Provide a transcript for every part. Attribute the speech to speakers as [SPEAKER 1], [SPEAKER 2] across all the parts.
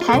[SPEAKER 1] 台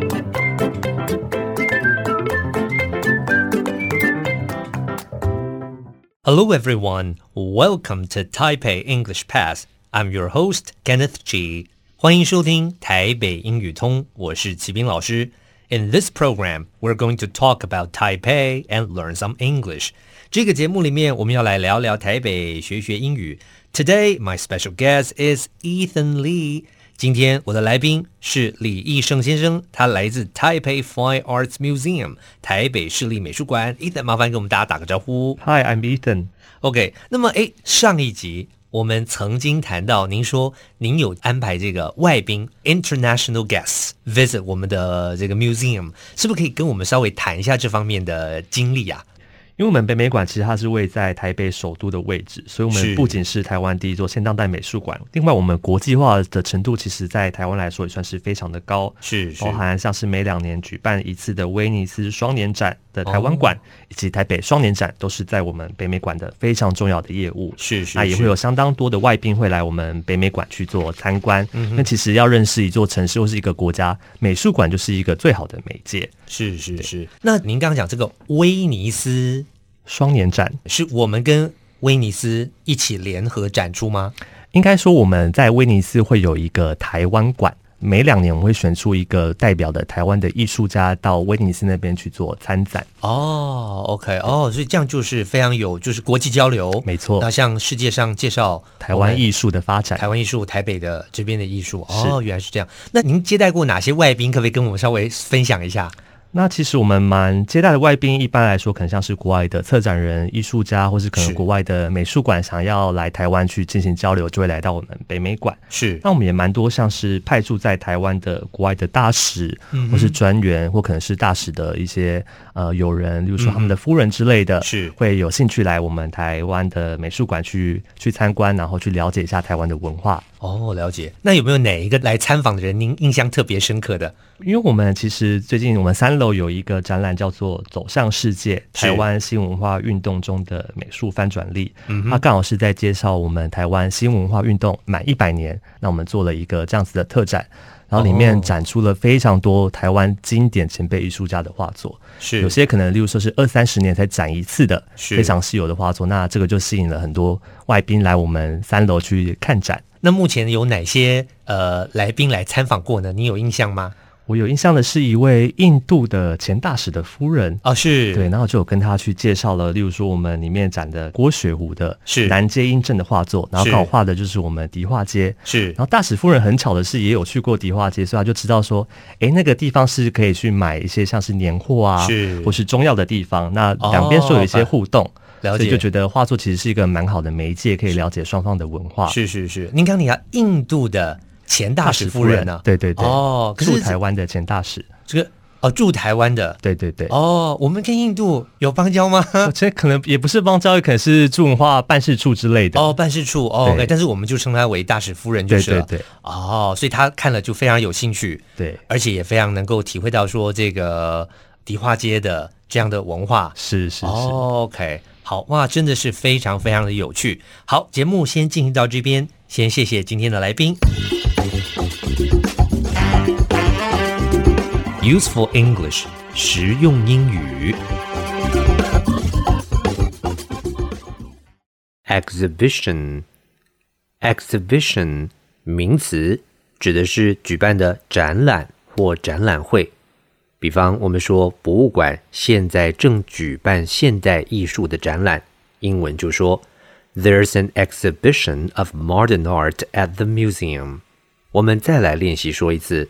[SPEAKER 2] Hello, everyone. Welcome to Taipei English Pass. I'm your host Kenneth G. 欢迎收听台北英语通，我是齐斌老师。In this program, we're going to talk about Taipei and learn some English. 这个节目里面，我们要来聊聊台北，学学英语。Today, my special guest is Ethan Lee. 今天我的来宾是李义胜先生，他来自 Taipei Fine Arts Museum 台北市立美术馆。Ethan，麻烦给我们大家打个招呼。
[SPEAKER 3] Hi, I'm Ethan.
[SPEAKER 2] OK，那么诶，上一集我们曾经谈到，您说您有安排这个外宾 international guests visit 我们的这个 museum，是不是可以跟我们稍微谈一下这方面的经历啊？
[SPEAKER 3] 因为我们北美馆其实它是位在台北首都的位置，所以我
[SPEAKER 2] 是
[SPEAKER 3] 们不仅是台湾第一座现当代美术馆，另外我们国际化的程度，其实在台湾来说也算是非常的高，
[SPEAKER 2] 是是
[SPEAKER 3] 包含像是每两年举办一次的威尼斯双年展的台湾
[SPEAKER 2] 哦
[SPEAKER 3] 馆，以及台北双年展，都是在我们北美馆的非常重要的业务。
[SPEAKER 2] 是是
[SPEAKER 3] 那也
[SPEAKER 2] 是
[SPEAKER 3] 会有相当多的外宾会来我们北美馆去做参观。
[SPEAKER 2] 嗯
[SPEAKER 3] 那其实要认识一座城市或是一个国家，美术馆就是一个最好的媒介。
[SPEAKER 2] 是是是。那您刚刚讲这个威尼斯，
[SPEAKER 3] 双年展
[SPEAKER 2] 是我们跟威尼斯一起联合展出吗？
[SPEAKER 3] 应该说我们在威尼斯会有一个台湾馆，每两年我们会选出一个代表的台湾的艺术家到威尼斯那边去做参展。
[SPEAKER 2] 哦，OK，哦，所以这样就是非常有就是国际交流，
[SPEAKER 3] 没错
[SPEAKER 2] 那向世界上介绍
[SPEAKER 3] 台
[SPEAKER 2] 我
[SPEAKER 3] 湾
[SPEAKER 2] 们
[SPEAKER 3] 艺术的发展
[SPEAKER 2] 台，湾艺术、台北的这边的艺术。哦，原来是这样。那您接待过哪些外宾？可不可以跟我们稍微分享一下？
[SPEAKER 3] 那其实我们蛮接待的外宾，一般来说可能像是国外的策展人、艺术家，或是可
[SPEAKER 2] 是
[SPEAKER 3] 能国外的美术馆想要来台湾去进行交流，就会来到我们北美馆。
[SPEAKER 2] 是
[SPEAKER 3] 那我们也蛮多像是派驻在台湾的国外的大使，
[SPEAKER 2] 嗯
[SPEAKER 3] 或是专员，或可能是大使的一些呃友人，例如说他们的夫人之类的，
[SPEAKER 2] 是
[SPEAKER 3] 会有兴趣来我们台湾的美术馆去去参观，然后去了解一下台湾的文化。
[SPEAKER 2] 哦，了解。那有没有哪一个来参访的人您印象特别深刻的？
[SPEAKER 3] 因为我们其实最近我们三楼有一个展览叫做《走向世界：
[SPEAKER 2] 是
[SPEAKER 3] 台湾新文化运动中的美术翻转力》，
[SPEAKER 2] 嗯
[SPEAKER 3] 它刚好是在介绍我们台湾新文化运动满一百年，那我们做了一个这样子的特展，然后里
[SPEAKER 2] 哦
[SPEAKER 3] 面展出了非常多台湾经典前辈艺术家的画作，
[SPEAKER 2] 是
[SPEAKER 3] 有些可能例如说是二三十年才展一次的
[SPEAKER 2] 是
[SPEAKER 3] 非常稀有的画作，那这个就吸引了很多外宾来我们三楼去看展。
[SPEAKER 2] 那目前有哪些呃来宾来参访过呢？你有印象吗？
[SPEAKER 3] 我有印象的是一位印度的前大使的夫人
[SPEAKER 2] 哦，是
[SPEAKER 3] 对，然后就有跟他去介绍了，例如说我们里面展的郭雪湖的
[SPEAKER 2] 是
[SPEAKER 3] 南街英镇的画作，然后
[SPEAKER 2] 是
[SPEAKER 3] 刚好画的就是我们迪化街。
[SPEAKER 2] 是
[SPEAKER 3] 然后大使夫人很巧的是，也有去过迪化街，所以他就知道说，诶，那个地方是可以去买一些像是年货啊，
[SPEAKER 2] 是
[SPEAKER 3] 或是中药的地方。那两边是有一些互动，
[SPEAKER 2] 了
[SPEAKER 3] 所以
[SPEAKER 2] 解
[SPEAKER 3] 就觉得画作其实是一个蛮好的媒介，可以了解双方的文化。
[SPEAKER 2] 是是是，您刚你讲印度的前大使夫人呢、
[SPEAKER 3] 啊
[SPEAKER 2] 啊
[SPEAKER 3] 对对对，
[SPEAKER 2] 哦，可
[SPEAKER 3] 驻
[SPEAKER 2] 是
[SPEAKER 3] 台
[SPEAKER 2] 台
[SPEAKER 3] 湾的前大使，
[SPEAKER 2] 这个哦驻台湾的，
[SPEAKER 3] 对对对。
[SPEAKER 2] 哦，我们跟印度有邦交吗？
[SPEAKER 3] 我觉得可能也不是帮教育，可能是驻文化办事处之类的。
[SPEAKER 2] 哦，办事处哦
[SPEAKER 3] 对
[SPEAKER 2] ，OK，但是我们就称她为大使夫人就是了。
[SPEAKER 3] 对对对
[SPEAKER 2] 哦，所以她看了就非常有兴趣，
[SPEAKER 3] 对
[SPEAKER 2] 而且也非常能够体会到说这个迪化街的这样的文化。
[SPEAKER 3] 是是是。
[SPEAKER 2] 哦，OK，好哇，真的是非常非常的有趣。好，节目先进行到这边，先谢谢今天的来宾。Useful English，实用英语。Exhibition。Exhibition 名词指的是举办的展览或展览会。比方我们说博物馆现在正举办现代艺术的展览，英文就说 There's an exhibition of modern art at the museum。我们再来练习说一次